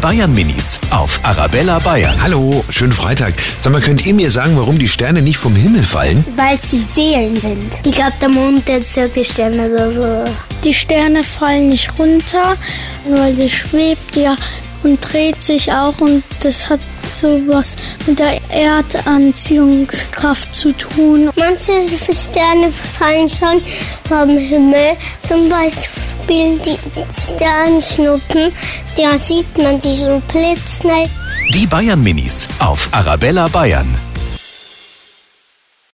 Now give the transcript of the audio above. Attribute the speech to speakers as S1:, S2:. S1: Bayern Minis auf Arabella Bayern.
S2: Hallo, schönen Freitag. Sag mal, könnt ihr mir sagen, warum die Sterne nicht vom Himmel fallen?
S3: weil sie Seelen sind.
S4: Ich glaube, der Mond hat so die Sterne oder so.
S3: Die Sterne fallen nicht runter, weil die schwebt ja und dreht sich auch und das hat sowas mit der Erdanziehungskraft zu tun.
S4: Manche Sterne fallen schon vom Himmel. Zum Beispiel die Sternschnuppen. Da sieht man die so blitzschnell.
S1: Die Bayern Minis auf Arabella Bayern.